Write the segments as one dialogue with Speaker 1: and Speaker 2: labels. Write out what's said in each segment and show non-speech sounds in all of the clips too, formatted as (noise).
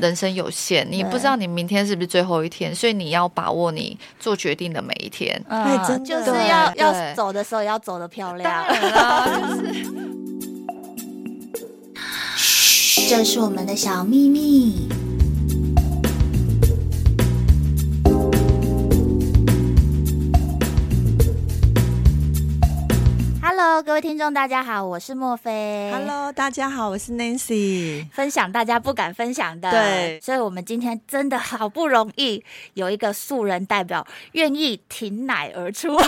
Speaker 1: 人生有限，你不知道你明天是不是最后一天，所以你要把握你做决定的每一天。
Speaker 2: 哎
Speaker 3: 嗯，
Speaker 2: 真的
Speaker 3: 就是
Speaker 2: 对
Speaker 3: 要
Speaker 1: 对
Speaker 3: 要走的时候要走的漂亮
Speaker 1: 当。然啦，就是
Speaker 3: 这是我们的小秘密。Hello，各位听众，大家好，我是莫菲。
Speaker 2: Hello，大家好，我是 Nancy。
Speaker 3: 分享大家不敢分享的，
Speaker 2: 对
Speaker 3: 所以我们今天真的好不容易有一个素人代表愿意挺奶而
Speaker 2: (laughs)
Speaker 3: 出， (laughs) 为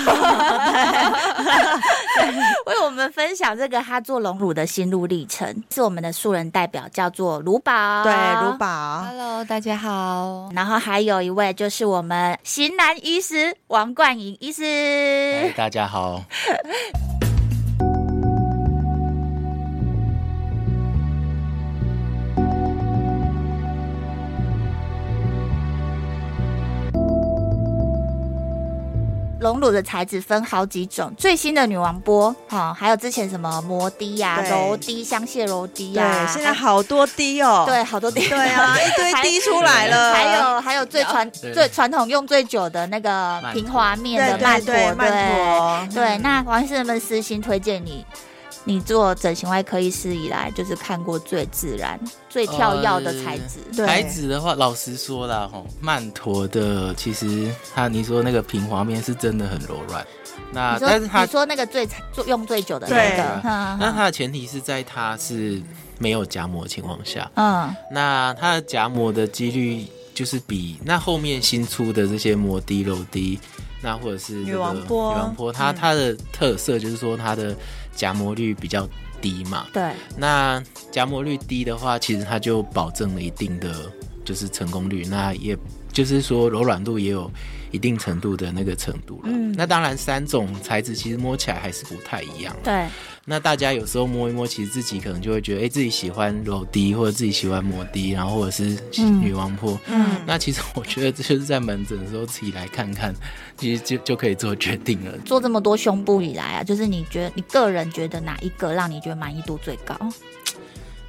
Speaker 3: 我们分享这个他做隆乳的心路历程，是我们的素人代表叫做卢宝，
Speaker 2: 对，卢。宝，
Speaker 1: Hello，大家好。
Speaker 3: 然后还有一位就是我们型男医师王冠莹医
Speaker 4: 嗨，
Speaker 3: 师，
Speaker 4: 哎
Speaker 2: 哎
Speaker 4: 大家好。
Speaker 3: 隆乳的材质分好几种，最新的女王波哈、还有之前什么摩的呀、
Speaker 2: 对
Speaker 3: 柔的、香榭柔的呀、
Speaker 2: 对，现在好多滴哦。
Speaker 3: 对，好多地
Speaker 2: 对
Speaker 3: (laughs)
Speaker 2: 啊，一堆滴出来了。啊
Speaker 3: 还有还有最传
Speaker 4: 对
Speaker 3: 最传统用最久的那个
Speaker 4: 曼陀
Speaker 3: 平滑面
Speaker 2: 对
Speaker 3: 的曼
Speaker 2: 对
Speaker 3: 陀，
Speaker 2: 对，嗯曼陀，
Speaker 3: 对，那王医师们私心推荐你，你做整形外科医师以来，就是看过最自然、最跳跃的材质。
Speaker 2: 对
Speaker 4: 牌子的话，老实说啦，吼，曼陀的其实它你说那个平滑面是真的很柔软，
Speaker 3: 你
Speaker 4: 那啊但是
Speaker 3: 说
Speaker 4: 它
Speaker 3: 你说那个最最用最久的
Speaker 2: 对
Speaker 3: 那个，嗯
Speaker 4: 那它的前提是在它是没有夹膜的情况下，
Speaker 3: 嗯
Speaker 4: 那它的夹膜的几率就是比那后面新出的这些摩的、柔的，那或者是这个
Speaker 2: 女王波
Speaker 4: 女王波，它
Speaker 2: 嗯
Speaker 4: 它的特色就是说它的夹膜率比较低嘛，
Speaker 3: 对，
Speaker 4: 那夹膜率低的话，其实它就保证了一定的就是成功率，那也就是说柔软度也有一定程度的那个程度了。
Speaker 3: 嗯
Speaker 4: 那当然三种材质其实摸起来还是不太一样。
Speaker 3: 对，
Speaker 4: 那大家有时候摸一摸，其实自己可能就会觉得，哎、自己喜欢柔低，或者自己喜欢摩低，然后或者是
Speaker 3: 嗯
Speaker 4: 女王坡。
Speaker 2: 嗯，
Speaker 4: 那其实我觉得，就是在门诊的时候自己来看看，其实就就可以做决定了。
Speaker 3: 做这么多胸部以来啊，就是你觉得你个人觉得哪一个让你觉得满意度最高？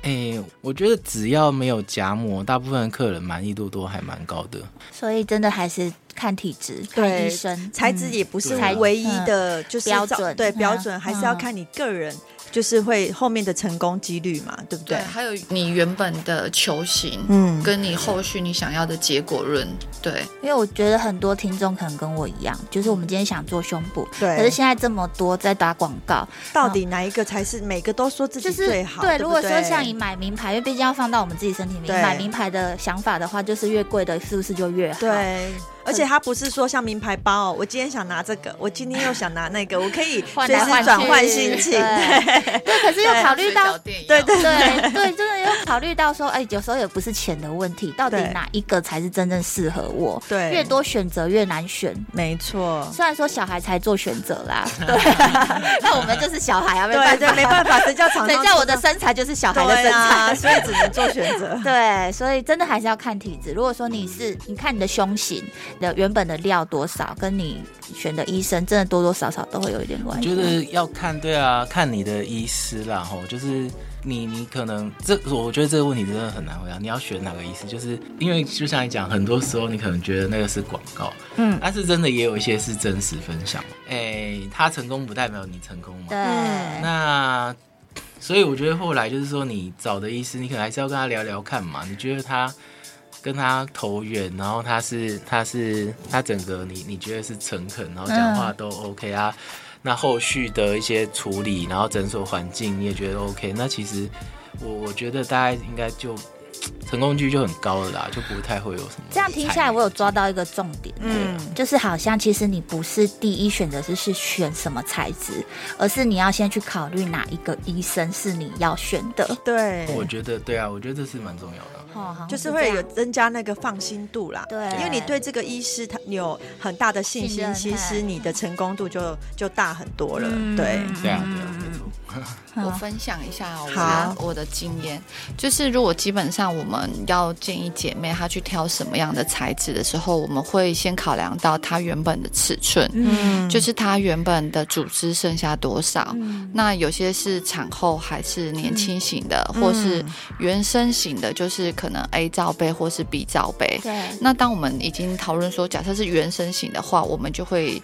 Speaker 4: 哎、我觉得只要没有夹膜，大部分客人满意度都还蛮高的。
Speaker 3: 所以真的还是看体质，看
Speaker 2: 对
Speaker 3: 医生，
Speaker 2: 材质
Speaker 3: 嗯
Speaker 2: 也不是
Speaker 4: 对啊
Speaker 2: 唯一的，就是
Speaker 3: 标
Speaker 2: 照
Speaker 3: 准
Speaker 2: 对
Speaker 3: 嗯
Speaker 2: 标准还是要看你个人，就是会后面的成功几率嘛，对不
Speaker 1: 对，
Speaker 2: 对？
Speaker 1: 还有你原本的球形，
Speaker 2: 嗯
Speaker 1: 跟你后续你想要的结果论，对，
Speaker 3: 因为我觉得很多听众可能跟我一样，就是我们今天想做胸部，
Speaker 2: 对
Speaker 3: 可是现在这么多在打广告，
Speaker 2: 到底哪一个才是每个都说自己
Speaker 3: 就是
Speaker 2: 最好？
Speaker 3: 对。
Speaker 2: 不
Speaker 3: 如果说像你买名牌，因为毕竟要放到我们自己身体里，
Speaker 2: 对
Speaker 3: 买名牌的想法的话，就是越贵的是不是就越好？，
Speaker 2: 对，而且它不是说像名牌包，哦我今天想拿这个，我今天又想拿那个，我可以
Speaker 3: 换
Speaker 2: 随
Speaker 3: 来
Speaker 2: 时
Speaker 3: 换去
Speaker 2: 转换心情。
Speaker 3: 对对。可是又考虑到。
Speaker 1: 对对，
Speaker 3: 对对，真的要考虑到说，哎，有时候也不是钱的问题，到底
Speaker 2: 对
Speaker 3: 哪一个才是真正适合我？
Speaker 2: 对
Speaker 3: 越多选择越难选。
Speaker 2: 没错，
Speaker 3: 虽然说小孩才做选择
Speaker 2: (laughs)
Speaker 3: 啦，对， (laughs) 那我们就是小孩啊，没办
Speaker 2: 对
Speaker 3: 法
Speaker 2: 对，，没
Speaker 3: (laughs)
Speaker 2: 办法，谁叫厂商？
Speaker 3: 谁叫我的身材就是小孩的身
Speaker 2: 对
Speaker 3: (laughs)
Speaker 2: 啊，
Speaker 3: 材？。
Speaker 2: 所以只能做选择
Speaker 3: (laughs) 对，所以真的还是要看体质。如果说你是，你看你的胸型你的原本的料多少，跟你选的医生真的多多少少都会有一点
Speaker 4: 我
Speaker 3: 关系。
Speaker 4: 觉得要看对啊，看你的医师啦，吼，就是你你可能这，我觉得这个问题真的很难回答。你要选哪个医师，就是因为就像你讲，很多时候你可能觉得那个是广告，
Speaker 3: 嗯，
Speaker 4: 但是真的也有一些是真实分享。哎、他成功不代表你成功嘛。
Speaker 3: 对，
Speaker 2: 嗯
Speaker 4: 那所以我觉得后来就是说，你找的医师，你可能还是要跟他聊聊看嘛。你觉得他跟他投缘，然后他是他是他整个你你觉得是诚恳，然后讲
Speaker 3: 嗯
Speaker 4: 话都 OK 啊。那后续的一些处理，然后诊所环境你也觉得 OK，那其实我我觉得大概应该就成功率就很高了啦，就不太会有什么。
Speaker 3: 这样听下来，我有抓到一个重点。
Speaker 2: 嗯，
Speaker 3: 就是好像其实你不是第一选择是是选什么材质，而是你要先去考虑哪一个医生是你要选的。
Speaker 2: 对，
Speaker 4: 我觉得对啊，我觉得这是蛮重要的。啊
Speaker 3: 哦，好像
Speaker 2: 哦就是
Speaker 3: 这
Speaker 2: 会
Speaker 3: 样
Speaker 2: 有增加那个放心度啦。
Speaker 3: 对
Speaker 2: 因为你对这个医师他你有很大的信
Speaker 3: 信任
Speaker 2: 心，其
Speaker 3: 对嗯
Speaker 2: 实你的成功度就就大很多了。对，
Speaker 4: 对啊，对啊，没错。
Speaker 1: 我
Speaker 3: 好
Speaker 1: 分享一下我
Speaker 2: 好
Speaker 1: 的我的经验，就是如果基本上我们要建议姐妹她去挑什么样的材质的时候，我们会先考量到她原本的尺寸，
Speaker 2: 嗯，
Speaker 1: 就是她原本的组织剩下多少。
Speaker 3: 嗯
Speaker 1: 那有些是产后还是年轻型的，或是
Speaker 3: 嗯
Speaker 1: 原生型的，就是可能 A 罩杯或是 B 罩杯。
Speaker 3: 对，
Speaker 1: 那当我们已经讨论说，假设是原生型的话，我们就会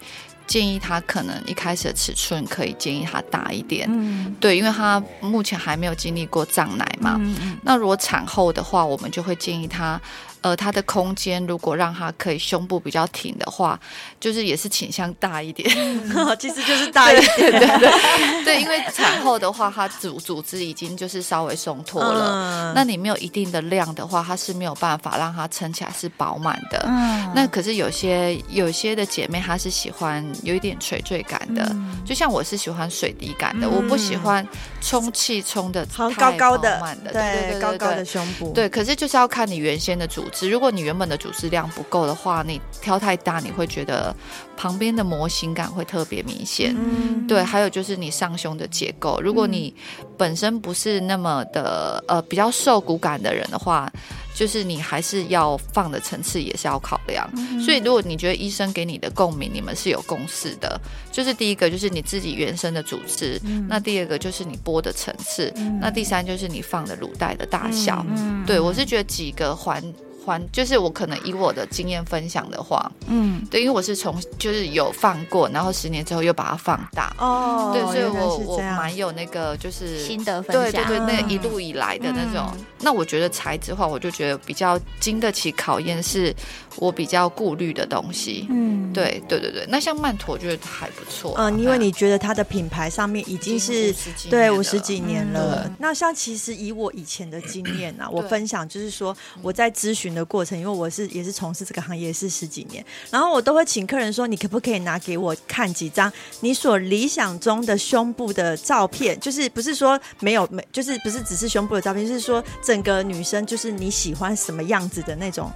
Speaker 1: 建议他可能一开始的尺寸可以建议他大一点，
Speaker 3: 嗯
Speaker 1: 对，因为他目前还没有经历过胀奶嘛。
Speaker 2: 嗯
Speaker 1: 那如果产后的话，我们就会建议他，呃，他的空间如果让他可以胸部比较挺的话，就是也是倾向大一点。
Speaker 2: 嗯
Speaker 3: (laughs)
Speaker 2: 其实就是大一点的
Speaker 1: (laughs) 对，因为产后的话，他组组织已经就是稍微松脱了。
Speaker 2: 嗯
Speaker 1: 那你没有一定的量的话，它是没有办法让它撑起来是饱满的。
Speaker 3: 嗯
Speaker 1: 那可是有些有些的姐妹她是喜欢有一点垂坠感的，就像我是喜欢水滴感的，
Speaker 2: 嗯
Speaker 1: 我不喜欢充气充的
Speaker 2: 好像高高的
Speaker 1: 的，对对
Speaker 2: 对，
Speaker 1: 对
Speaker 2: 高高。
Speaker 1: 对
Speaker 2: 的
Speaker 1: 对
Speaker 2: 胸部，
Speaker 1: 对，可是就是要看你原先的组织。如果你原本的组织量不够的话，你挑太大，你会觉得旁边的模型感会特别明显。
Speaker 2: 嗯，
Speaker 1: 对，还有就是你上胸的结构，如果你
Speaker 3: 嗯
Speaker 1: 本身不是那么的呃比较瘦骨感的人的话，就是你还是要放的层次也是要考量。
Speaker 3: 嗯
Speaker 1: 所以如果你觉得医生给你的共鸣，你们是有共识的，就是第一个就是你自己原生的组织，
Speaker 3: 嗯
Speaker 1: 那第二个就是你播的层次，那第三就是你放的乳带的大小。
Speaker 3: 嗯
Speaker 1: 对我是觉得几个环。环就是我可能以我的经验分享的话，
Speaker 3: 嗯
Speaker 1: 对，因为我是从就是有放过，然后十年之后又把它放大，
Speaker 2: 哦，
Speaker 1: 对，所以
Speaker 2: 原来
Speaker 1: 我
Speaker 2: 是
Speaker 1: 我
Speaker 2: 这样
Speaker 1: 蛮有那个就是
Speaker 3: 心得分
Speaker 1: 对对
Speaker 3: 享
Speaker 1: 对，那
Speaker 2: 嗯
Speaker 1: 一路以来的那种。
Speaker 3: 嗯
Speaker 1: 那我觉得材质的话，我就觉得比较经得起考验，是我比较顾虑的东西。
Speaker 3: 嗯，
Speaker 1: 对对对对，那像曼陀，我觉得还不错啊。
Speaker 2: 嗯，因为你觉得它的品牌上面已经是
Speaker 1: 50几
Speaker 2: 对
Speaker 1: 年了
Speaker 2: 五十几年了
Speaker 1: 嗯。
Speaker 2: 那像其实以我以前的经验啊，我
Speaker 1: 对
Speaker 2: 分享就是说我在咨询的过程，因为我是也是从事这个行业是十几年，然后我都会请客人说，你可不可以拿给我看几张你所理想中的胸部的照片？就是不是说没有没，就是不是只是胸部的照片，就是说整个女生就是你喜欢什么样子的那种。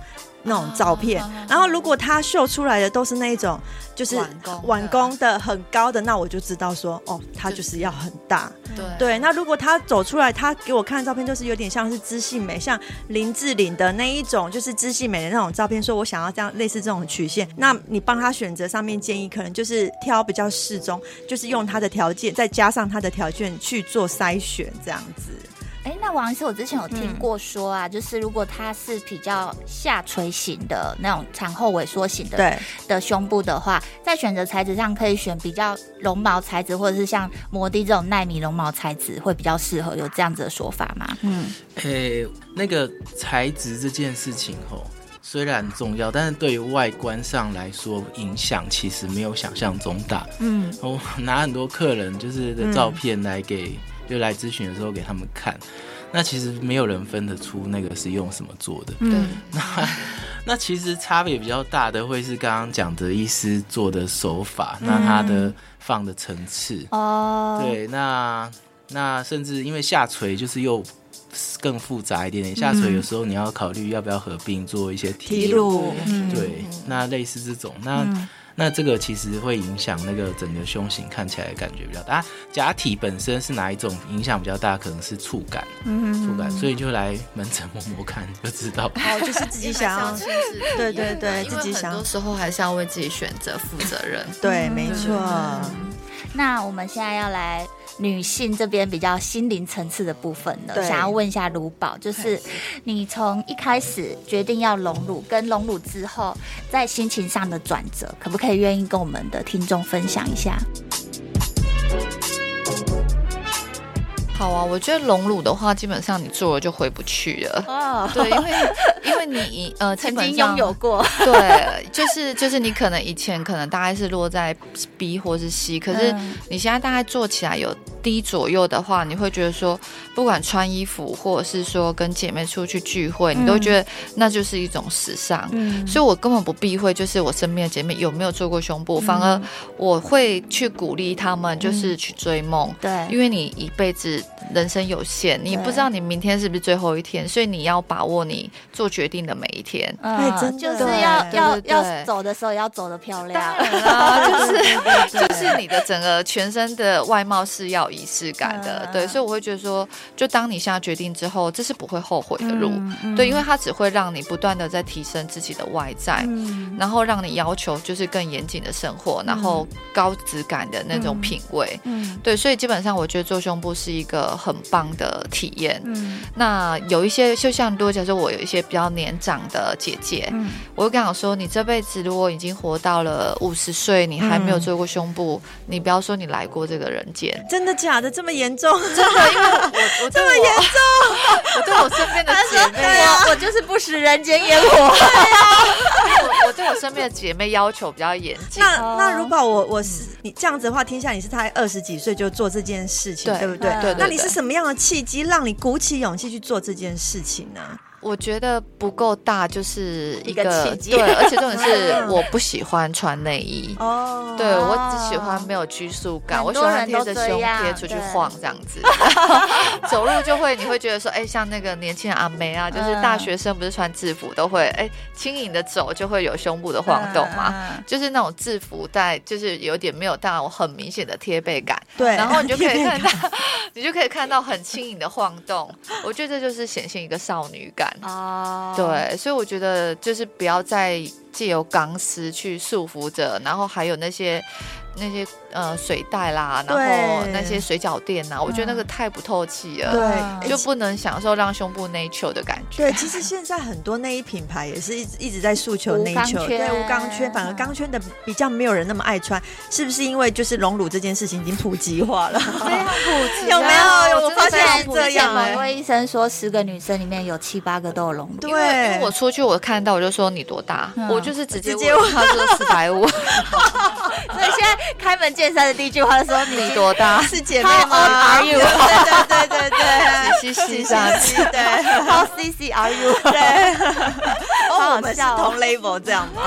Speaker 2: 那种照片，
Speaker 1: 啊
Speaker 2: 然后如果她秀出来的都是那一种，就是
Speaker 1: 挽弓的
Speaker 2: 挽弓的很高的，那我就知道说，哦，她就是要很大。
Speaker 1: 对
Speaker 2: 对，那如果她走出来，她给我看的照片就是有点像是知性美，像林志玲的那一种，就是知性美的那种照片，说我想要这样类似这种曲线，那你帮她选择上面建议，可能就是挑比较适中，就是用她的条件，再加上她的条件去做筛选，这样子。
Speaker 3: 哎，那王医师，我之前有听过说啊，就是如果它是比较下垂型的那种产后萎缩型的
Speaker 2: 对，
Speaker 3: 的胸部的话，在选择材质上可以选比较绒毛材质，或者是像摩的这种纳米绒毛材质会比较适合，有这样子的说法吗？嗯，
Speaker 4: 诶、那个材质这件事情吼，虽然重要，但是对于外观上来说，影响其实没有想象中大。
Speaker 3: 嗯，
Speaker 4: 我拿很多客人就是的照片来给，就来咨询的时候给他们看，那其实没有人分得出那个是用什么做的。
Speaker 1: 对
Speaker 2: 嗯
Speaker 4: 那其实差别比较大的会是刚刚讲的医师做的手法，那它的放的层次，
Speaker 3: 哦，
Speaker 4: 对，那那甚至因为下垂就是又更复杂一点点，下垂有时候你要考虑要不要合并做一些
Speaker 2: 提
Speaker 4: 提乳，
Speaker 2: 乳，
Speaker 3: 嗯
Speaker 4: 对，那类似这种，那、
Speaker 3: 嗯
Speaker 4: 那这个其实会影响那个整个胸型看起来感觉比较大。啊假体本身是哪一种影响比较大？可能是触感，
Speaker 3: 嗯
Speaker 4: 触感，所以就来门诊摸摸看就
Speaker 3: (laughs)
Speaker 4: 知道。
Speaker 2: 哦，就是自己想要
Speaker 1: (laughs) 还是要亲自体验
Speaker 2: 对对对
Speaker 1: 因
Speaker 2: 自
Speaker 1: 为
Speaker 2: 己想
Speaker 1: 很多时候还是要为自己选择负责任。
Speaker 2: 对，没错。
Speaker 3: 那我们现在要来女性这边比较心灵层次的部分了，
Speaker 2: 对
Speaker 3: 想要问一下卢宝，就是你从一开始决定要隆乳，跟隆乳之后，在心情上的转折，可不可以愿意跟我们的听众分享一下？
Speaker 1: 好啊，我觉得隆乳的话，基本上你做了就回不去了。
Speaker 3: 哦，
Speaker 1: (laughs) 对，因为因为你呃，基
Speaker 3: 曾
Speaker 1: 本
Speaker 3: 经
Speaker 1: 上
Speaker 3: 拥有过，
Speaker 1: 对，就是就是你可能以前可能大概是落在 B 或是 C，可是
Speaker 3: 嗯
Speaker 1: 你现在大概做起来有 D 左右的话，你会觉得说，不管穿衣服或者是说跟姐妹出去聚会，你都觉得那就是一种时尚。
Speaker 3: 嗯
Speaker 1: 所以我根本不避讳，就是我身边的姐妹有没有做过胸部，反
Speaker 3: 嗯
Speaker 1: 而我会去鼓励她们，就是去追梦。
Speaker 3: 对，
Speaker 1: 因为你一辈子人生有限，你
Speaker 3: 对
Speaker 1: 不知道你明天是不是最后一天，所以你要把握你做决定的每一天。
Speaker 3: 嗯
Speaker 2: 哎真的
Speaker 3: 就是要
Speaker 1: 对
Speaker 3: 要
Speaker 1: 对对
Speaker 3: 要走的时候也要
Speaker 1: 啊
Speaker 3: 走的漂亮， (laughs)
Speaker 1: 当然啦，就是就是你的整个全身的外貌是要仪式感的
Speaker 3: 嗯。
Speaker 1: 对，所以我会觉得说，就当你下决定之后，这是不会后悔的路。
Speaker 3: 嗯
Speaker 1: 对，因为它只会让你不断的在提升自己的外在，
Speaker 3: 嗯
Speaker 1: 然后让你要求就是更严谨的生活，然后高质感的那种品味。
Speaker 3: 嗯
Speaker 1: 对，所以基本上我觉得做胸部是一个很棒的体验。
Speaker 3: 嗯
Speaker 1: 那有一些，就像多假说，我有一些比较年长的姐姐，
Speaker 3: 嗯
Speaker 1: 我就跟她说，你这辈子如果已经活到了五十岁，你还没有
Speaker 2: 嗯
Speaker 1: 做过胸部，你不要说你来过这个人间，
Speaker 2: 真的假的？这么严
Speaker 1: (laughs)
Speaker 2: 重？
Speaker 1: 我我这么严重， (laughs) 我对我身边的姐妹，
Speaker 3: 我我就是不食人间烟火。
Speaker 1: 我我对我身边的姐妹要求比较严谨。
Speaker 2: 那
Speaker 3: 哦
Speaker 2: 那如果我我是你这样子的话，听下来你是才二十几岁就做这件事情，
Speaker 1: 对
Speaker 2: 对不对
Speaker 3: 嗯？
Speaker 1: 对对
Speaker 2: 那你是
Speaker 1: 对
Speaker 2: 什么样的契机让你鼓起勇气去做这件事情呢？
Speaker 1: 我觉得不够大就是一
Speaker 3: 一个
Speaker 1: 个
Speaker 3: 契机
Speaker 1: 对，而且重点 (laughs) 是
Speaker 2: 嗯
Speaker 1: 我不喜欢穿内衣。
Speaker 2: 哦，
Speaker 1: 对，我只喜欢没有拘束感，
Speaker 3: 哦很
Speaker 1: 我喜
Speaker 3: 多
Speaker 1: 欢
Speaker 3: 人
Speaker 1: 贴
Speaker 3: 都
Speaker 1: 着
Speaker 3: 这
Speaker 1: 胸
Speaker 3: 样
Speaker 1: 贴出去
Speaker 3: 对
Speaker 1: 晃这样
Speaker 3: (laughs)
Speaker 1: 子， (laughs) 走路就会你会觉得说，哎、像那个年轻的阿梅啊，就是大
Speaker 3: 嗯
Speaker 1: 学生不是穿制服都会，哎、轻盈的走就会有胸部的晃动嘛，
Speaker 3: 嗯
Speaker 1: 就是那种制服带，就是有点没有到很明显的贴背感，
Speaker 2: 对，
Speaker 1: 然后你就可以
Speaker 2: 天
Speaker 1: 看
Speaker 2: 哪
Speaker 1: 到，你就可以看到很轻盈的晃动，我觉得这就是显现一个少女感。
Speaker 3: 哦，，
Speaker 1: 对，所以我觉得就是不要再借由钢丝去束缚着，然后还有那些那些呃水袋啦，然后
Speaker 2: 对嗯
Speaker 1: 那些水饺垫啊呐，我觉得那个太不透气
Speaker 2: 对，
Speaker 1: 了，
Speaker 3: 嗯
Speaker 2: 哎
Speaker 1: 就不能享受让胸部 nature 的感觉。
Speaker 2: 对，其实现在很多内衣品牌也是一直一直在诉求
Speaker 3: 无
Speaker 2: 内
Speaker 3: 钢
Speaker 2: 求，
Speaker 3: 圈
Speaker 2: 对无钢圈，反而钢圈的比较没有人那么爱穿，是不是因为就是隆乳这件事情已经普及化了？
Speaker 1: 非
Speaker 3: 哦
Speaker 1: 常普
Speaker 3: (laughs)
Speaker 1: 及
Speaker 2: 有没有
Speaker 1: 啊
Speaker 2: 有
Speaker 1: 我
Speaker 2: 发
Speaker 1: 真的非
Speaker 2: 现
Speaker 1: 常
Speaker 2: 是
Speaker 1: 普
Speaker 2: 这
Speaker 1: 及
Speaker 2: 样
Speaker 3: 某
Speaker 2: 哎
Speaker 3: 一位医生说，十个女生里面有七八个都有隆乳。
Speaker 2: 对
Speaker 1: 因为因为我出去我看到我就说你多大，
Speaker 3: 嗯
Speaker 1: 我就是直接
Speaker 2: 直接
Speaker 1: 问他说四百
Speaker 2: (laughs)
Speaker 1: 五，
Speaker 3: 所以现在开门见山的第一句话就说
Speaker 1: 你
Speaker 3: 你
Speaker 1: 多大？
Speaker 2: 是姐妹
Speaker 3: How old
Speaker 2: 吗？
Speaker 3: are
Speaker 2: 对
Speaker 3: you？
Speaker 2: 对对对对， (laughs)
Speaker 1: 嘻嘻嘻这样子。
Speaker 2: 对。
Speaker 3: How C C are you？
Speaker 2: 哦，
Speaker 3: 好
Speaker 2: 我们是
Speaker 3: 笑哦啊
Speaker 2: 同啊 level
Speaker 3: (laughs)
Speaker 2: 这样吗？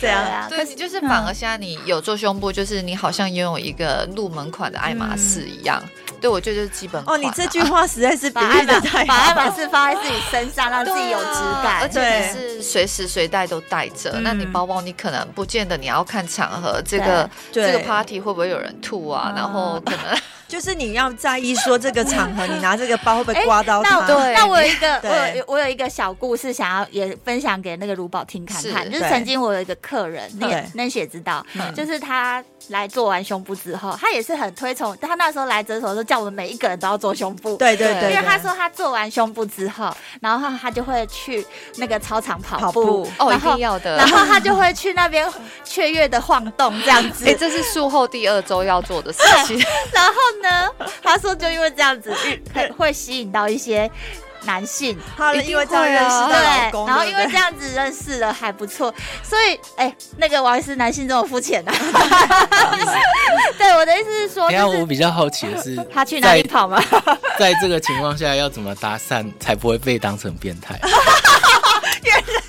Speaker 2: 这样，
Speaker 1: 对你就是反而现在你有做胸部，就是你好像拥有一个入门款的爱马仕一样。对，我觉得就是基本款
Speaker 2: 嗯哦，
Speaker 1: 啊、
Speaker 2: 你这句话实在是比
Speaker 3: 把爱
Speaker 2: 喻
Speaker 3: 马
Speaker 2: 的太
Speaker 3: 把
Speaker 2: 好
Speaker 3: 爱
Speaker 2: 了。
Speaker 3: 马仕放在自己身上，让自己有质
Speaker 1: 啊而
Speaker 3: 感。嗯
Speaker 1: 且你是随时随带都带着，那你包包你可能不见得你要看场合，这个
Speaker 2: 对
Speaker 1: 这个 party 会不会有人吐
Speaker 3: 哦
Speaker 1: 啊？然后可
Speaker 3: (laughs)
Speaker 1: 能
Speaker 2: 就是你要在意说这个场合，你拿这个包会不会
Speaker 3: (laughs) 哎
Speaker 2: 刮到
Speaker 3: 那
Speaker 2: 他？
Speaker 3: 我那我有一个，
Speaker 2: 对
Speaker 3: 我有我有一个小故事，想要也分享给那个卢宝听看看。
Speaker 1: 是
Speaker 3: 就是
Speaker 2: 对
Speaker 3: 曾经我有一个客人，那
Speaker 2: 对
Speaker 3: 那也知道，就是他来做完胸部之后，他也是很推崇。他那时候来诊所都叫我们每一个人都要做胸部，
Speaker 2: 对对对，
Speaker 3: 因为
Speaker 2: 对
Speaker 3: 他说他做完胸部之后，然后他就会去那个操场跑
Speaker 2: 跑
Speaker 3: 步
Speaker 2: 步，
Speaker 1: 哦一
Speaker 3: 然后
Speaker 1: 定要的
Speaker 3: 然。后他就会去那边雀跃的晃动这样
Speaker 1: (laughs)
Speaker 3: 子
Speaker 1: 哎、。这是术后第二周要做的事情，
Speaker 3: (laughs) 然后呢，他说就因为这样子遇会会吸引到一些男性，
Speaker 2: 他
Speaker 1: 一定
Speaker 2: 因为这样认识
Speaker 1: 会
Speaker 2: 到
Speaker 1: 啊
Speaker 2: 老
Speaker 3: 对，
Speaker 2: 公，
Speaker 3: 然后
Speaker 2: 对
Speaker 3: 因
Speaker 2: 不
Speaker 3: 为
Speaker 2: 对
Speaker 3: 这样子认识了还不错，所以哎、那个王医师男性这么肤浅啊？对，我的意思是说，
Speaker 4: 等一下
Speaker 3: 就
Speaker 4: 我
Speaker 3: 是
Speaker 4: 比较好奇的是，
Speaker 3: 他去哪里跑吗？
Speaker 4: 在？在这个情况下要怎么搭讪才不会被当成变
Speaker 3: (laughs)
Speaker 4: 态？
Speaker 2: (laughs)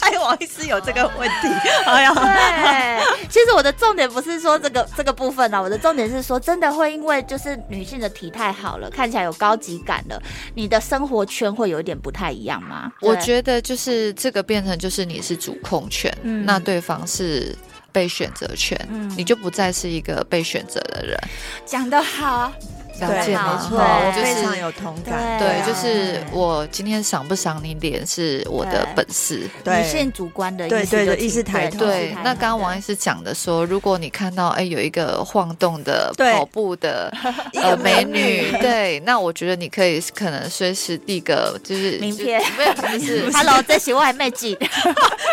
Speaker 2: 哎，王医师有这个问
Speaker 3: (laughs)
Speaker 2: 题，哎呀，
Speaker 3: 对，其实我的重点不是说这个这个部分啦，啊我的重点是说，真的会因为就是女性的体态好了，看起来有高级感了，你的生活圈会有一点不太一样吗？
Speaker 1: 我
Speaker 3: 得，
Speaker 1: 觉得就是这个变成就是你是主控权，
Speaker 3: 嗯
Speaker 1: 那对方是被选择权，
Speaker 3: 嗯
Speaker 1: 你就不再是一个被选择的人，
Speaker 3: 讲得好，
Speaker 1: 了解
Speaker 2: 对
Speaker 1: 吗？
Speaker 3: 没错
Speaker 1: 哦
Speaker 3: 对
Speaker 1: 就是
Speaker 2: 非常有同感，
Speaker 1: 对，
Speaker 3: 啊
Speaker 2: (laughs)
Speaker 1: 就是我今天赏不赏你脸是我的本事。
Speaker 2: 对
Speaker 3: 女性主观的意识
Speaker 2: 对对
Speaker 3: 就
Speaker 2: 对
Speaker 3: 挺
Speaker 2: 意识抬头
Speaker 1: 对，那刚刚王医
Speaker 3: 医
Speaker 1: 师讲的说，如果你看到哎有一个晃动的
Speaker 2: 对
Speaker 1: 跑步的呃
Speaker 2: 一个美
Speaker 1: 女
Speaker 2: 女，
Speaker 1: 对，那我觉得你可以可能随时递个就是
Speaker 3: 名片
Speaker 1: 就没有不
Speaker 3: (laughs)
Speaker 1: 是
Speaker 3: ，Hello，这是外妹记，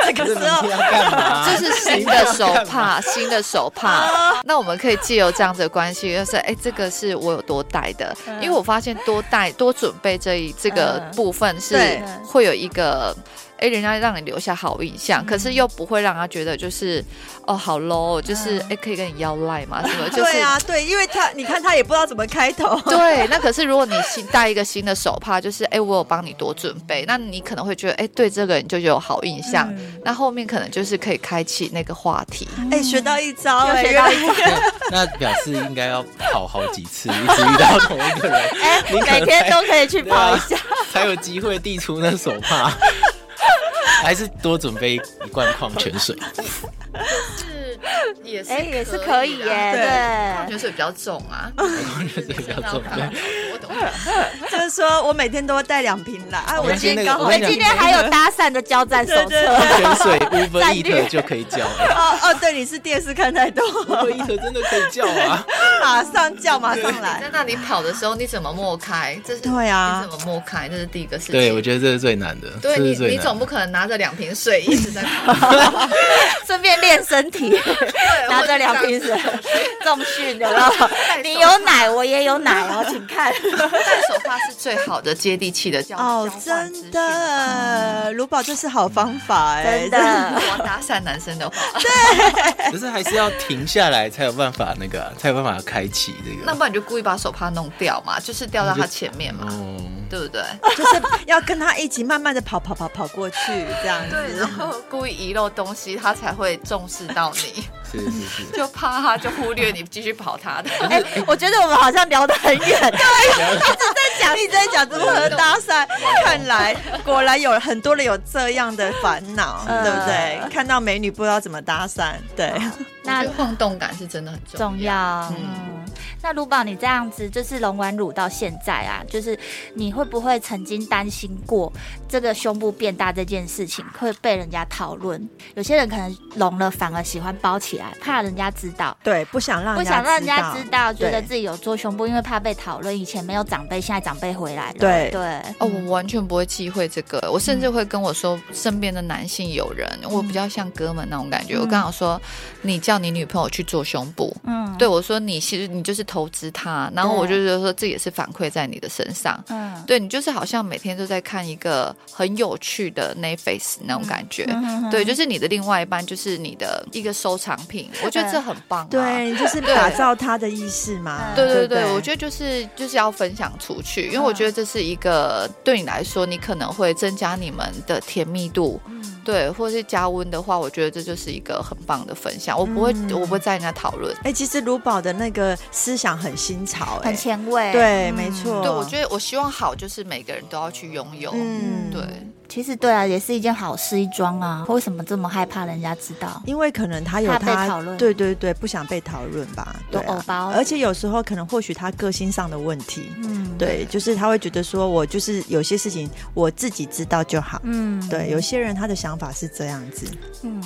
Speaker 2: 这个时候
Speaker 4: 你要干
Speaker 3: (laughs)
Speaker 2: 啊
Speaker 4: 嘛
Speaker 1: 这是新的手
Speaker 2: (laughs)
Speaker 1: 帕，新的手帕。那我们可以借由这样子的关系，就是哎，这个是我有多带的，
Speaker 2: 嗯
Speaker 1: 因为我发现多带多准备这一这个
Speaker 3: 嗯
Speaker 1: 部分是
Speaker 2: 对
Speaker 1: 会有一个。哎，人家让你留下好印
Speaker 2: 嗯
Speaker 1: 象，可是又不会让他觉得就是哦好 low，哦就是哎、可以跟你要赖
Speaker 2: (laughs)
Speaker 1: 嘛什么，就是
Speaker 2: 嗯对啊，对，因为他你看他也不知道怎么开头，
Speaker 1: (laughs) 对，那可是如果你新带一个新的手帕，就是哎、我有帮你多准备，那你可能会觉得哎、对这个你就有好印象，
Speaker 2: 嗯
Speaker 1: 那后面可能就是可以开启那个话题。
Speaker 2: 哎，学到一招，
Speaker 3: 嗯又
Speaker 2: 哎
Speaker 3: 学到一
Speaker 2: 原来
Speaker 4: (laughs) 那表示应该要跑好几次，一直遇到同一个人，
Speaker 3: (laughs) 哎，
Speaker 4: 你可能
Speaker 3: 每天都可以去
Speaker 4: 对啊
Speaker 3: 跑一下。
Speaker 4: 才 (laughs) 有机会递出那手
Speaker 3: (laughs)
Speaker 4: 帕。
Speaker 3: (laughs)
Speaker 4: 还是多准备一罐矿泉水，
Speaker 1: 也是
Speaker 3: 哎，也是可以耶，
Speaker 2: 对
Speaker 1: 矿
Speaker 3: 对，
Speaker 1: 泉水比较重
Speaker 3: (laughs)
Speaker 1: 啊，
Speaker 4: 矿泉水比较重。对
Speaker 1: 我懂。
Speaker 2: 就是说我每天都会带两瓶来，哎，
Speaker 4: 我
Speaker 2: 我
Speaker 4: 们
Speaker 2: 今
Speaker 4: 那
Speaker 2: 天
Speaker 4: 个
Speaker 2: 刚
Speaker 3: 我
Speaker 2: 好
Speaker 4: 我
Speaker 3: 们
Speaker 4: 跟你
Speaker 3: 今
Speaker 4: 讲
Speaker 3: 天还有搭讪的交战手
Speaker 2: 对对
Speaker 3: 册，
Speaker 4: 矿泉水 Uber
Speaker 3: 战略
Speaker 4: Eat 就可以叫了
Speaker 2: 哦哦，对，你是电视看太多，
Speaker 4: ，Uber Eat 真的可以叫啊。
Speaker 2: 马上叫，马上
Speaker 1: 在
Speaker 2: 来。
Speaker 1: 那里跑的时候，你怎么默开？这是
Speaker 2: 对啊
Speaker 1: 你怎么默开？这是第一个事情。
Speaker 4: 对，我觉得这是最难的，
Speaker 1: 对
Speaker 4: 这
Speaker 1: 你
Speaker 4: 是，最
Speaker 1: 你
Speaker 4: 难
Speaker 1: 总
Speaker 4: 的。
Speaker 1: 不可能拿着两瓶水一
Speaker 3: (laughs)
Speaker 1: 直在 (laughs) 跑，
Speaker 3: (laughs) 顺便练身体， (laughs) 拿着两瓶水重训的了。你有奶，我也有奶哦，请 (laughs) 看。
Speaker 1: 戴手帕是最好的接地气的交
Speaker 2: 哦，真，
Speaker 1: 啊
Speaker 2: 的，卢宝这是好方法哎，
Speaker 3: 真的
Speaker 1: 交换资讯我搭讪男生 (laughs) 的话，
Speaker 4: 可是还是要停下来才有办法那个啊，才有办法开启这个。
Speaker 1: 那不然你就故意把手帕弄掉嘛，就是掉到他前面嘛，
Speaker 4: 哦，
Speaker 1: 对不对？
Speaker 2: (laughs) 就是要跟他一起慢慢的跑跑跑跑过去这样
Speaker 1: (laughs) 对，
Speaker 2: 子
Speaker 1: 然。后故意遗漏东西，他才会重视到你，
Speaker 4: 是是是，
Speaker 1: (laughs)
Speaker 3: 嗯
Speaker 1: 就怕他就忽略你，继续跑他 (laughs) 的。
Speaker 3: 哎、我觉得我们好像聊得很远，
Speaker 2: 讲一直在讲如何搭讪，看来果然有很多人有这样的烦恼，
Speaker 3: 嗯
Speaker 2: 对不对？看到美女不知道怎么搭讪，对。
Speaker 1: 我
Speaker 3: (laughs) 那
Speaker 1: 觉得晃动感是真的很重
Speaker 3: 重要。嗯，那卢宝，你这样子就是龙丸乳到现在啊，就是你会不会曾经担心过这个胸部变大这件事情会被人家讨论？有些人可能隆了反而喜欢包起来，怕人家知道。
Speaker 2: 对，不想让
Speaker 3: 不想让人家知道，觉
Speaker 2: 对
Speaker 3: 得自己有做胸部，因为怕被讨论。以前没有长辈，现在长辈回来了。
Speaker 2: 对
Speaker 3: 对，
Speaker 1: 哦，我完全不会忌讳这个，我甚至会跟我说身边的男性友人，
Speaker 3: 嗯
Speaker 1: 我比较像哥们那种感觉。我刚好说，你叫你女朋友去做胸部，
Speaker 3: 嗯，
Speaker 1: 对我说你其实你就是投资她，然后我就觉得说这也是反馈在你的身上。
Speaker 3: 嗯，
Speaker 1: 对你就是好像每天都在看一个很有趣的 Netflix 那种感觉，
Speaker 3: 嗯嗯
Speaker 1: 对，就是你的另外一半就是你的一个收藏品，我觉得这很棒、啊。
Speaker 2: 对，就是
Speaker 1: 对
Speaker 2: 打造他的意识嘛。
Speaker 3: 嗯
Speaker 1: 对对
Speaker 2: 对
Speaker 1: 对，我
Speaker 2: 得
Speaker 1: 觉得就是就是要分享出去，因为
Speaker 3: 嗯
Speaker 1: 我觉得这是一个对你来说，你可能会增加你们的甜蜜度，
Speaker 3: 嗯
Speaker 1: 对，或是加温的话，我觉得这就是一个很棒的分享。我不会，
Speaker 2: 嗯
Speaker 1: 我不会在人家讨论。
Speaker 2: 哎、其实卢宝的那个思想很新潮、
Speaker 3: 很
Speaker 2: 哎，
Speaker 3: 前卫。
Speaker 2: 对，
Speaker 3: 嗯
Speaker 2: 没错。
Speaker 1: 对，我觉得我希望好，就是每个人都要去拥有。
Speaker 2: 嗯
Speaker 1: 对，
Speaker 3: 其实对啊，也是一件好事一桩啊。为什么这么害怕人家知道？
Speaker 2: 因为可能他有
Speaker 3: 怕被
Speaker 2: 他，
Speaker 3: 讨论
Speaker 2: 对对对，不想被讨论吧，对、
Speaker 3: 有偶包
Speaker 2: 啊，而且有时候可能或许他个性上的问题，
Speaker 3: 嗯，，
Speaker 2: 对，就是他会觉得说我就是有些事情我自己知道就好，
Speaker 3: 嗯，
Speaker 2: 对，有些人他的想法是这样子，
Speaker 3: 嗯。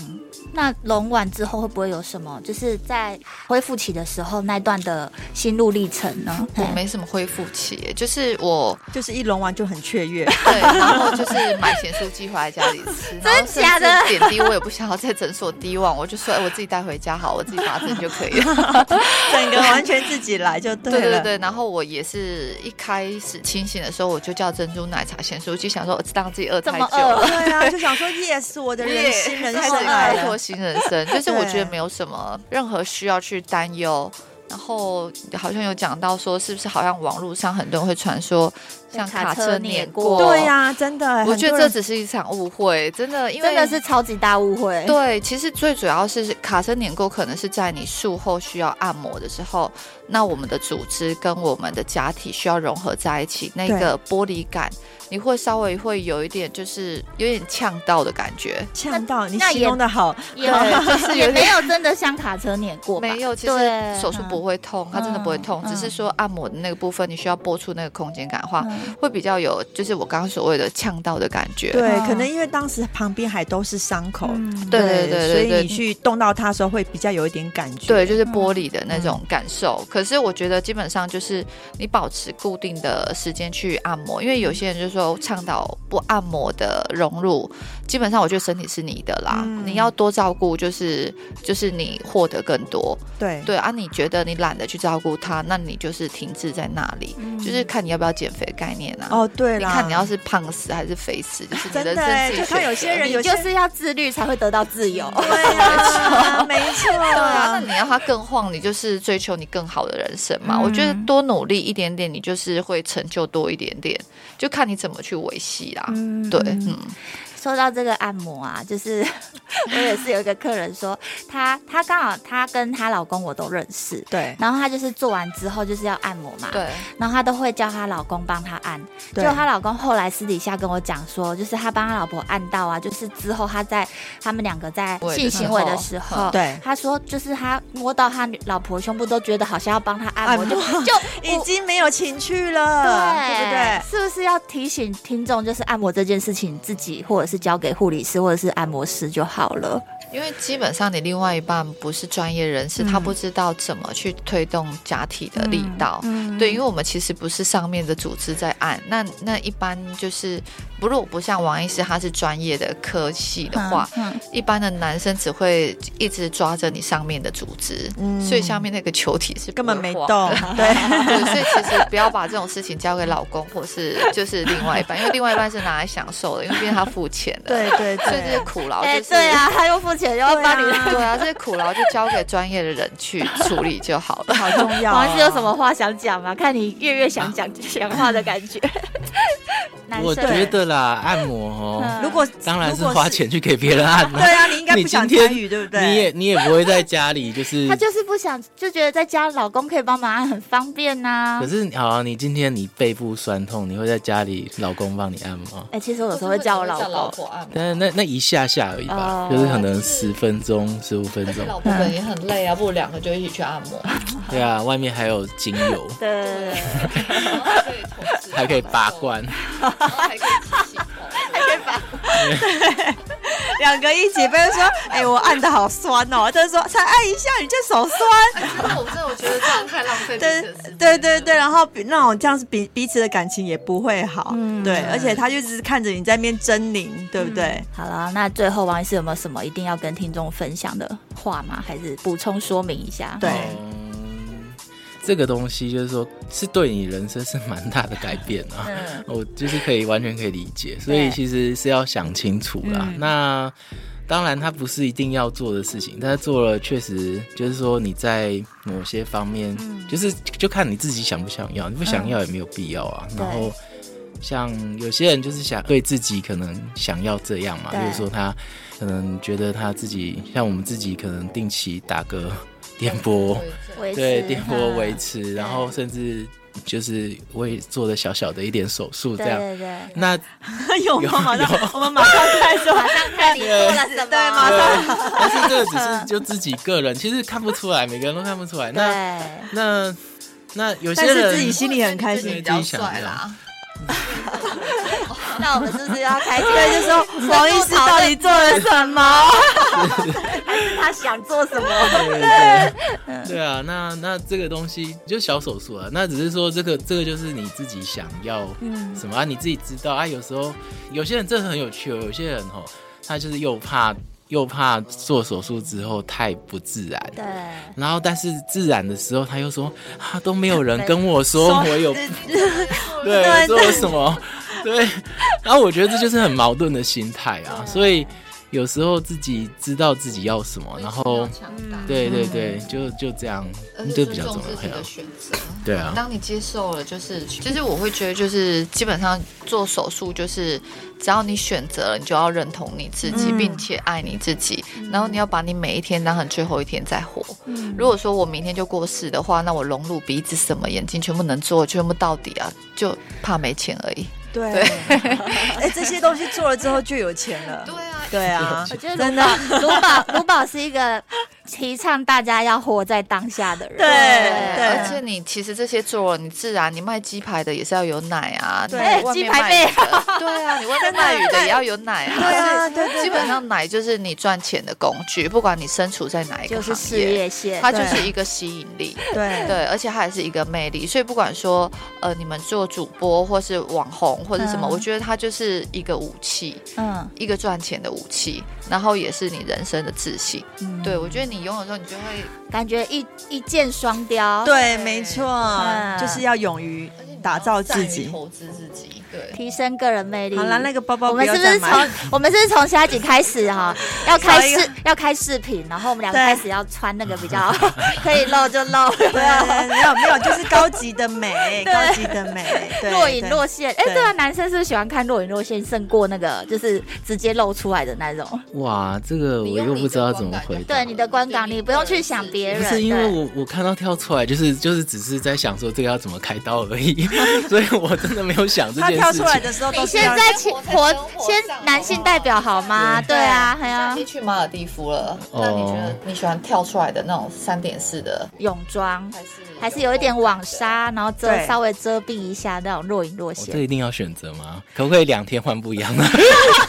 Speaker 3: 那隆完之后会不会有什么？就是在恢复期的时候那段的心路历程呢？
Speaker 1: 我没什么恢复期，就是我
Speaker 2: 就是一隆完就很雀跃， (laughs)
Speaker 1: 对，然后就是买咸酥鸡回来家里吃，然后甚至
Speaker 3: 假的
Speaker 1: 点滴我也不想要在诊所滴忘，我就说，哎，我自己带回家好，我自己拔针就可以了。
Speaker 2: 整个完全自己来就对了，
Speaker 1: 对对对，然后我也是一开始清醒的时候，我就叫珍珠奶茶咸酥鸡，想说让自己饿太
Speaker 3: 这么
Speaker 1: 久了 (laughs)
Speaker 3: 饿。
Speaker 2: 对啊，就想说 yes，我
Speaker 3: (laughs)
Speaker 2: 的人生人
Speaker 1: 开
Speaker 2: 生
Speaker 1: 始
Speaker 2: 来
Speaker 1: 开拓
Speaker 2: 了，
Speaker 1: 新人生，就是我觉得没有什么任何需要去担忧。然后好像有讲到说，是不是好像网络上很多人会传说像
Speaker 3: 卡
Speaker 1: 卡
Speaker 3: 车
Speaker 1: 车
Speaker 3: 碾
Speaker 1: 碾
Speaker 3: 过
Speaker 1: 过？
Speaker 2: 对呀、、真的，
Speaker 1: 我觉得这
Speaker 2: 很多人
Speaker 1: 只是一场误会，真的，因为
Speaker 3: 真的是超级大误会。
Speaker 1: 对，其实最主要是卡车碾过，可能是在你术后需要按摩的时候，那我们的组织跟我们的假体需要融合在一起，那
Speaker 2: 对
Speaker 1: 个玻璃感，你会稍微会有一点就是有点呛到的感觉。
Speaker 2: 呛到你
Speaker 3: 那
Speaker 2: 形
Speaker 3: 也
Speaker 2: 容的好，
Speaker 3: 也 (laughs)
Speaker 1: 就是
Speaker 3: 也
Speaker 1: 有点
Speaker 3: 没有真的像卡车碾过吧，
Speaker 1: 没有，其
Speaker 3: 对
Speaker 1: 实手术不会痛，它真的不会痛，
Speaker 3: 嗯
Speaker 1: 只是说按摩的那个部分，你需要拨出那个空间感的话，
Speaker 3: 嗯
Speaker 1: 会比较有，就是我刚刚所谓的呛到的感觉。
Speaker 2: 对，
Speaker 3: 嗯
Speaker 2: 可能因为当时旁边还都是伤口，
Speaker 3: 嗯
Speaker 1: 对对对对
Speaker 2: 所以
Speaker 1: 对
Speaker 2: 你去动到它的时候会比较有一点感觉，嗯
Speaker 1: 对，就是玻璃的那种感受。可是我觉得基本上就是你保持固定的时间去按摩，因为有些人就说倡导不按摩的融入，基本上我觉得身体是你的啦，
Speaker 2: 嗯
Speaker 1: 你要多照顾，就是就是你获得更多。
Speaker 2: 对
Speaker 1: 对啊，你觉得你懒得去照顾它，那你就是停滞在那里，就是看你要不要减肥的概念啊。
Speaker 2: 嗯哦对
Speaker 1: 你
Speaker 2: 啦，
Speaker 1: 看你要是胖死还是肥死，就是你
Speaker 2: (laughs) 真
Speaker 1: 人
Speaker 2: 的
Speaker 1: 生
Speaker 2: 欸
Speaker 1: 自己
Speaker 2: 就看
Speaker 1: 选
Speaker 2: 有
Speaker 1: 择
Speaker 2: 些人有
Speaker 3: 你
Speaker 2: 些
Speaker 3: 就是要自律才会得到自由。
Speaker 2: (laughs) 对
Speaker 1: (laughs)
Speaker 2: 啊，没错，
Speaker 1: 对啊，那你要他更晃，你就是追求你更好的人生嘛。
Speaker 3: 嗯
Speaker 1: 我觉得多努力一点点，你就是会成就多一点点，就看你怎么去维系啦。
Speaker 3: 嗯
Speaker 1: 对，嗯，
Speaker 3: 说到这个按摩啊，就是 (laughs) 我也是有一个客人说，她她刚好她跟她老公我都认识，
Speaker 1: 啊
Speaker 2: 对
Speaker 3: 然后她就是做完之后就是要按摩嘛，
Speaker 1: 对，
Speaker 3: 然后她都会叫她老公帮她按，结
Speaker 2: 对
Speaker 3: 果她老公后来私底下跟我讲说，就是他帮他老婆按到啊，就是之后他在他们两个在
Speaker 1: 喂的
Speaker 3: 性行为的
Speaker 1: 时
Speaker 3: 时
Speaker 1: 候
Speaker 3: 候，
Speaker 2: 对
Speaker 3: 他说就是他摸到他女老婆胸部都觉得好像要帮她按摩，
Speaker 2: 按
Speaker 3: 就
Speaker 2: 摩 (laughs)
Speaker 3: 就
Speaker 2: 已
Speaker 3: 我
Speaker 2: 经没有情趣了，对不对？
Speaker 3: 是不是要提醒听众，就是按摩这件事情，自己或者是交给护理师或者是按摩师就好了？
Speaker 1: 因为基本上你另外一半不是专业人士，他
Speaker 3: 嗯
Speaker 1: 不知道怎么去推动假体的力道。
Speaker 3: 嗯
Speaker 1: 对，因为我们其实不是上面的组织在按，那那一般就是，不如果不像王医师他是专业的科系的话，
Speaker 3: 嗯
Speaker 1: 一般的男生只会一直抓着你上面的组织，
Speaker 2: 嗯
Speaker 1: 所以下面那个球体是不
Speaker 2: 根本没
Speaker 1: 会晃
Speaker 2: 动， (laughs) 对，
Speaker 1: (laughs) 对，所以其实不要把这种事情交给老公或是就是另外一半，因为另外一半是拿来享受的，因为毕竟他付钱的，
Speaker 2: 对对
Speaker 1: 所以这些
Speaker 2: 对，
Speaker 1: 苦劳 (laughs)
Speaker 3: 哎、
Speaker 1: 就是、
Speaker 3: 对啊，他又付钱又要帮你，
Speaker 1: 对啊，这些苦劳就交给专业的人去 (laughs) 处理就好
Speaker 2: (laughs)
Speaker 1: 了。
Speaker 2: 好重要、哦。
Speaker 3: 王老师有什么话想讲吗？看你越越想讲讲话的感觉。 (laughs) 男
Speaker 4: 我
Speaker 3: 生
Speaker 4: 觉得啦，按摩哦，
Speaker 3: 嗯
Speaker 2: 如果
Speaker 4: 当然是
Speaker 2: 如果
Speaker 4: 花钱去给别人按
Speaker 2: 对
Speaker 4: 啦。
Speaker 2: 啊，你应该不想
Speaker 4: 你今天
Speaker 2: 参与，对不对？
Speaker 4: 你也你也不会在
Speaker 2: (laughs)
Speaker 4: 家里就是
Speaker 3: 他就是不想，就觉得在家老公可以帮忙按，很方便呐、
Speaker 4: 可是好、啊，你今天你背部酸痛，你会在家里老公帮你按吗？
Speaker 3: 哎、其实我有时候会叫我老公，
Speaker 1: 婆按
Speaker 4: 但是那那一下下而已吧，
Speaker 3: 哦
Speaker 4: 就是可能十分钟、十五分钟。
Speaker 1: 婆本也很累啊，不如两个就一起去按摩，
Speaker 4: 对啊，外面还有精油，
Speaker 3: 对对对，
Speaker 2: 嗯
Speaker 1: (laughs)
Speaker 4: 还可以拔，罐。
Speaker 1: 还可以洗头。
Speaker 2: 两个一起，不是说，哎、我按的好酸哦，就是说才按一下你就手酸，
Speaker 1: 我真的我觉得这样太浪费
Speaker 2: 对对对对，然后比那种这样子彼彼此的感情也不会好，
Speaker 3: 嗯
Speaker 2: 对，而且他就只是看着你在面狰狞，对不对？
Speaker 3: 好了，那最后王医师有没有什么一定要跟听众分享的话吗？还是补充说明一下？
Speaker 2: 对
Speaker 4: 嗯哦这个东西就是说，是对你人生是蛮大的改变啊。
Speaker 3: 嗯
Speaker 4: 我就是可以完全可以理解，所
Speaker 3: 对
Speaker 4: 以其实是要想清楚啦。
Speaker 3: 嗯
Speaker 4: 那当然，它不是一定要做的事情，但是做了确实就是说你在某些方面，
Speaker 3: 嗯
Speaker 4: 就是就看你自己想不想要，你不想要也没有必要啊。
Speaker 3: 对
Speaker 4: 然后像有些人就是想对自己可能想要这样嘛，
Speaker 3: 对
Speaker 4: 就是说他可能觉得他自己像我们自己可能定期打个电波。
Speaker 3: 维持
Speaker 4: 对电波维
Speaker 3: 嗯
Speaker 4: 持，然后甚至就是为做的小小的一点手术这
Speaker 3: 对
Speaker 4: 样。
Speaker 3: 对
Speaker 4: (laughs)
Speaker 3: 对，
Speaker 4: 那
Speaker 2: (laughs) 有
Speaker 4: 有
Speaker 2: 吗？马上
Speaker 4: 有
Speaker 2: 我
Speaker 3: (laughs)
Speaker 2: 们马上开始，
Speaker 3: 马上看你做了什么，
Speaker 2: 对马上
Speaker 4: 呃，但是这个只是就自己个人，其实看不出来，每个人都看不出来。那
Speaker 3: 对，
Speaker 4: 那那有
Speaker 2: 但
Speaker 4: 些
Speaker 2: 是自己
Speaker 4: 人
Speaker 2: 心里很开心
Speaker 1: 比。较帅啦。
Speaker 3: 那我们是不是要开始？
Speaker 2: 对，就说王医师到底做了什么？
Speaker 3: 他想做什么？
Speaker 4: 对对 (laughs) 对啊，那那这个东西就小手术啊，那只是说这个这个就是你自己想要
Speaker 3: 嗯
Speaker 4: 什么啊，你自己知道啊。有时候有些人真的很有趣哦，有些人哦，他就是又怕又怕做手术之后太不自然，
Speaker 3: 对，
Speaker 4: 然后但是自然的时候，他又说啊，都没有人跟我 (laughs) 说我有，对，说我什么，对。然后我觉得这就是很矛盾的心态啊，所以有时候自己知道自己要什么，然后对对对，
Speaker 3: 嗯
Speaker 4: 就就这样
Speaker 3: 呃
Speaker 1: 而，且
Speaker 4: 就
Speaker 1: 呃尊
Speaker 4: 比较重
Speaker 1: 重自己
Speaker 4: 要
Speaker 1: 的。选择。
Speaker 4: 对啊
Speaker 1: 当你接受了，就是其实我会觉得，就是基本上做手术，就是只要你选择了，你就要认同你自己，
Speaker 2: 嗯
Speaker 1: 并且爱你自己，然后你要把你每一天当成最后一天在活。
Speaker 3: 嗯
Speaker 1: 如果说我明天就过世的话，那我隆乳、鼻子、什么眼睛全部能做，全部到底啊，就怕没钱而已。
Speaker 2: 对， (laughs) 哎，这些东西做了之后就有钱了。
Speaker 1: 啊，
Speaker 2: 对啊，
Speaker 3: 我觉得卢
Speaker 2: 真的
Speaker 3: 宝卢宝卢宝是一个提倡大家要活在当下的人。
Speaker 2: 对对
Speaker 1: 而且你其实这些做了，你自然你卖鸡排的也是要有奶啊，
Speaker 2: 对哎
Speaker 1: 你外面
Speaker 3: 鸡排
Speaker 1: 卖
Speaker 3: 妹
Speaker 1: 鱼的，对啊，你外面卖鱼的也要有奶啊，
Speaker 2: 对啊，对对，
Speaker 1: 基本上奶就是你赚钱的工具，不管你身处在哪一个
Speaker 3: 就是
Speaker 1: 行
Speaker 3: 事
Speaker 1: 业，
Speaker 3: 业线，
Speaker 1: 它就是一个吸引力。
Speaker 2: 对
Speaker 1: 对，而且它也是一个魅力，所以不管说呃你们做主播或是网红或者什么，
Speaker 3: 嗯
Speaker 1: 我觉得它就是一个武器，
Speaker 3: 嗯
Speaker 1: 一个赚钱的武器，然后也是你人生的自信。
Speaker 3: 嗯
Speaker 1: 对我觉得你拥有之后，你就会
Speaker 3: 感觉一一箭双雕，，
Speaker 2: 对，没错
Speaker 3: 嗯，
Speaker 2: 就是要勇于打造自己。
Speaker 1: 投资自己，对。
Speaker 3: 提升个人魅力。
Speaker 2: 好啦，那个包包
Speaker 3: 我
Speaker 2: 不
Speaker 3: 们
Speaker 2: 要
Speaker 3: 是不是
Speaker 2: 再
Speaker 3: 从
Speaker 2: 买。 (laughs)
Speaker 3: 我们是不是从下一集开始哈，要开
Speaker 2: 找一个
Speaker 3: 视要开视频，然后我们两个
Speaker 2: 对
Speaker 3: 开始要穿那个比较 (laughs) 可以露就露，有没
Speaker 2: (laughs) 对，啊
Speaker 3: 有
Speaker 2: 没有没有，就是高级
Speaker 3: (laughs)
Speaker 2: 的美，高级的美，对
Speaker 3: 若隐
Speaker 2: 对
Speaker 3: 若现。哎，
Speaker 2: 对
Speaker 3: 对啊，男生是不是喜欢看若隐若现，胜过那个就是直接露出来的那种。
Speaker 4: 哇，这个我又不知道怎么回答。
Speaker 3: 对你的观感，你不用去想别人。
Speaker 4: 不是因为
Speaker 3: 对
Speaker 4: 我我看到跳出来，就是就是只是在想说这个要怎么开刀而已， (laughs) 所以我真的没有想这
Speaker 2: 他
Speaker 4: 件事情。
Speaker 2: 跳出来的时候都
Speaker 3: 你
Speaker 2: 是
Speaker 3: 现
Speaker 2: 要
Speaker 3: 在请活
Speaker 1: 活在生活
Speaker 3: 先
Speaker 1: 上
Speaker 3: 男性代表好吗？对啊，还
Speaker 1: 那
Speaker 3: 有
Speaker 1: 你去马尔蒂夫了，
Speaker 4: 哦
Speaker 1: 那你觉得你喜欢跳出来的那种三点式的，
Speaker 3: 泳装，
Speaker 1: 还是
Speaker 3: 还是有一点网纱，然后遮
Speaker 2: 对
Speaker 3: 稍微遮蔽一下那种若隐若
Speaker 4: 我
Speaker 3: 现
Speaker 4: 哦这。一定要选择吗？可不可以两天换不一样的？啊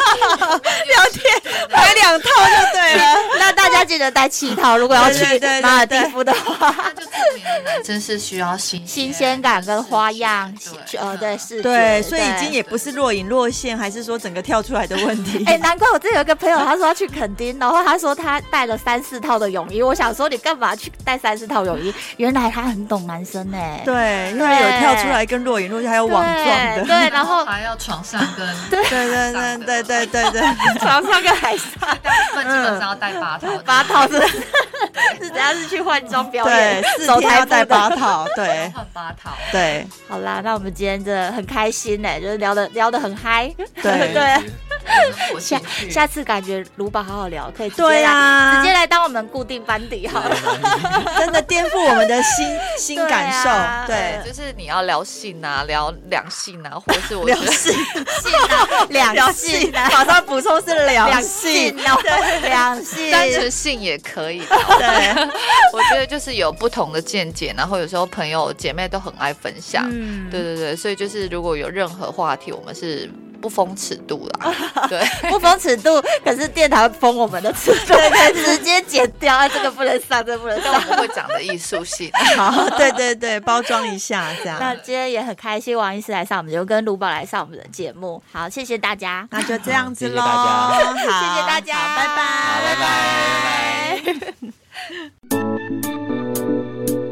Speaker 2: 聊天买两套就对了。
Speaker 3: (laughs) 那大家记得带气套，如果要去
Speaker 2: 对对对对
Speaker 3: 马尔蒂夫的话，
Speaker 1: 那就证明了男生是需要新
Speaker 3: 新鲜感跟花样，
Speaker 1: 对嗯
Speaker 3: 呃，对，视觉，
Speaker 2: 对，所以已经也。不是若隐若现，还是说整个跳出来的问题。
Speaker 3: (laughs) 哎、难怪我这有一个朋友，他说他去垦丁，然后他说他带了三四套的泳衣。我想说你干嘛去带三四套泳衣？原来他很懂男生哎、
Speaker 2: 对，因为有跳出来跟若隐若现，还有网状
Speaker 3: 对
Speaker 2: 的。
Speaker 3: 对，然后
Speaker 1: 嗯还要床上跟
Speaker 3: (laughs)
Speaker 2: 对对对对对对对，
Speaker 3: 床上跟海上
Speaker 1: 大部分基本上要带八套，
Speaker 3: 八套是 (laughs) 是等下是去换装 (laughs) 表演
Speaker 2: 对，，四
Speaker 3: 走
Speaker 2: 天
Speaker 3: 台
Speaker 2: 要
Speaker 3: 步
Speaker 2: 带
Speaker 3: 的
Speaker 2: 八套，
Speaker 3: (laughs)
Speaker 2: 对
Speaker 1: 换八套。
Speaker 2: 对
Speaker 3: 好啦，那我们今天真的很开心呢、就是聊的聊的很嗨。
Speaker 2: 对
Speaker 3: (laughs) 对，
Speaker 1: 我
Speaker 3: 下
Speaker 1: 下
Speaker 3: 下次感觉卢宝好好聊，可以直接
Speaker 2: 对
Speaker 3: 来
Speaker 2: 啊
Speaker 3: 直，接来当我们固定班底好了。
Speaker 2: 真的颠覆我们的新新
Speaker 3: 对啊
Speaker 2: 感受，
Speaker 1: 对，
Speaker 3: (laughs)
Speaker 2: 对，
Speaker 1: 就是你要聊性啊，聊两性啊，或是我觉
Speaker 2: 聊
Speaker 1: 得
Speaker 2: 性，
Speaker 3: 性啊， (laughs) 两性啊，
Speaker 2: 马上补充是聊
Speaker 3: 两
Speaker 2: 性
Speaker 3: 性，哦，两性。
Speaker 1: 单纯性也可以。
Speaker 3: (laughs)
Speaker 2: 对，
Speaker 1: 我觉得就是有不同的见解，然后有时候朋友姐妹都很爱分享。
Speaker 3: 嗯
Speaker 1: 对对对，所以就是如果有任何话题，我们是不封尺度
Speaker 3: (laughs)
Speaker 1: 啦。对，
Speaker 3: 不封尺度，可是电台会封我们的尺度，直接剪掉。哎，这个不能上，这个不能
Speaker 1: 但我
Speaker 3: 上。
Speaker 1: 们会讲的艺术性。
Speaker 2: 好，对对对，包装一下这
Speaker 3: 那
Speaker 2: 样，
Speaker 3: 今天也很开心，王医师来上我们的，就跟卢宝来上我们的节目。好，谢谢大家，
Speaker 2: 那就这样子
Speaker 4: 谢谢
Speaker 2: 喽，
Speaker 4: 大
Speaker 2: 好，
Speaker 4: 家
Speaker 2: 谢
Speaker 3: (laughs) 谢谢大家，
Speaker 2: 拜
Speaker 3: 拜
Speaker 2: 拜，
Speaker 4: 拜
Speaker 3: 拜。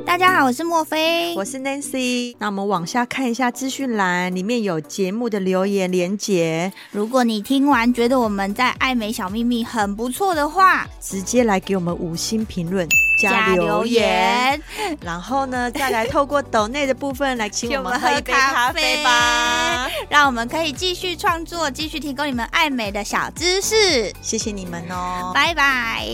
Speaker 5: 大家好，我是莫菲，
Speaker 2: 我是 Nancy。那我们往下看一下资讯栏，里面有节目的留言连结，
Speaker 5: 如果你听完觉得我们在爱美小秘密很不错的话，
Speaker 2: 直接来给我们五星评论加留言，，然后呢，再来透过抖内的部分来 (laughs) 请我们喝一杯咖啡吧。
Speaker 5: 让我们可以继续创作，继续提供你们爱美的小知识。
Speaker 2: 谢谢你们哦，
Speaker 5: 拜拜。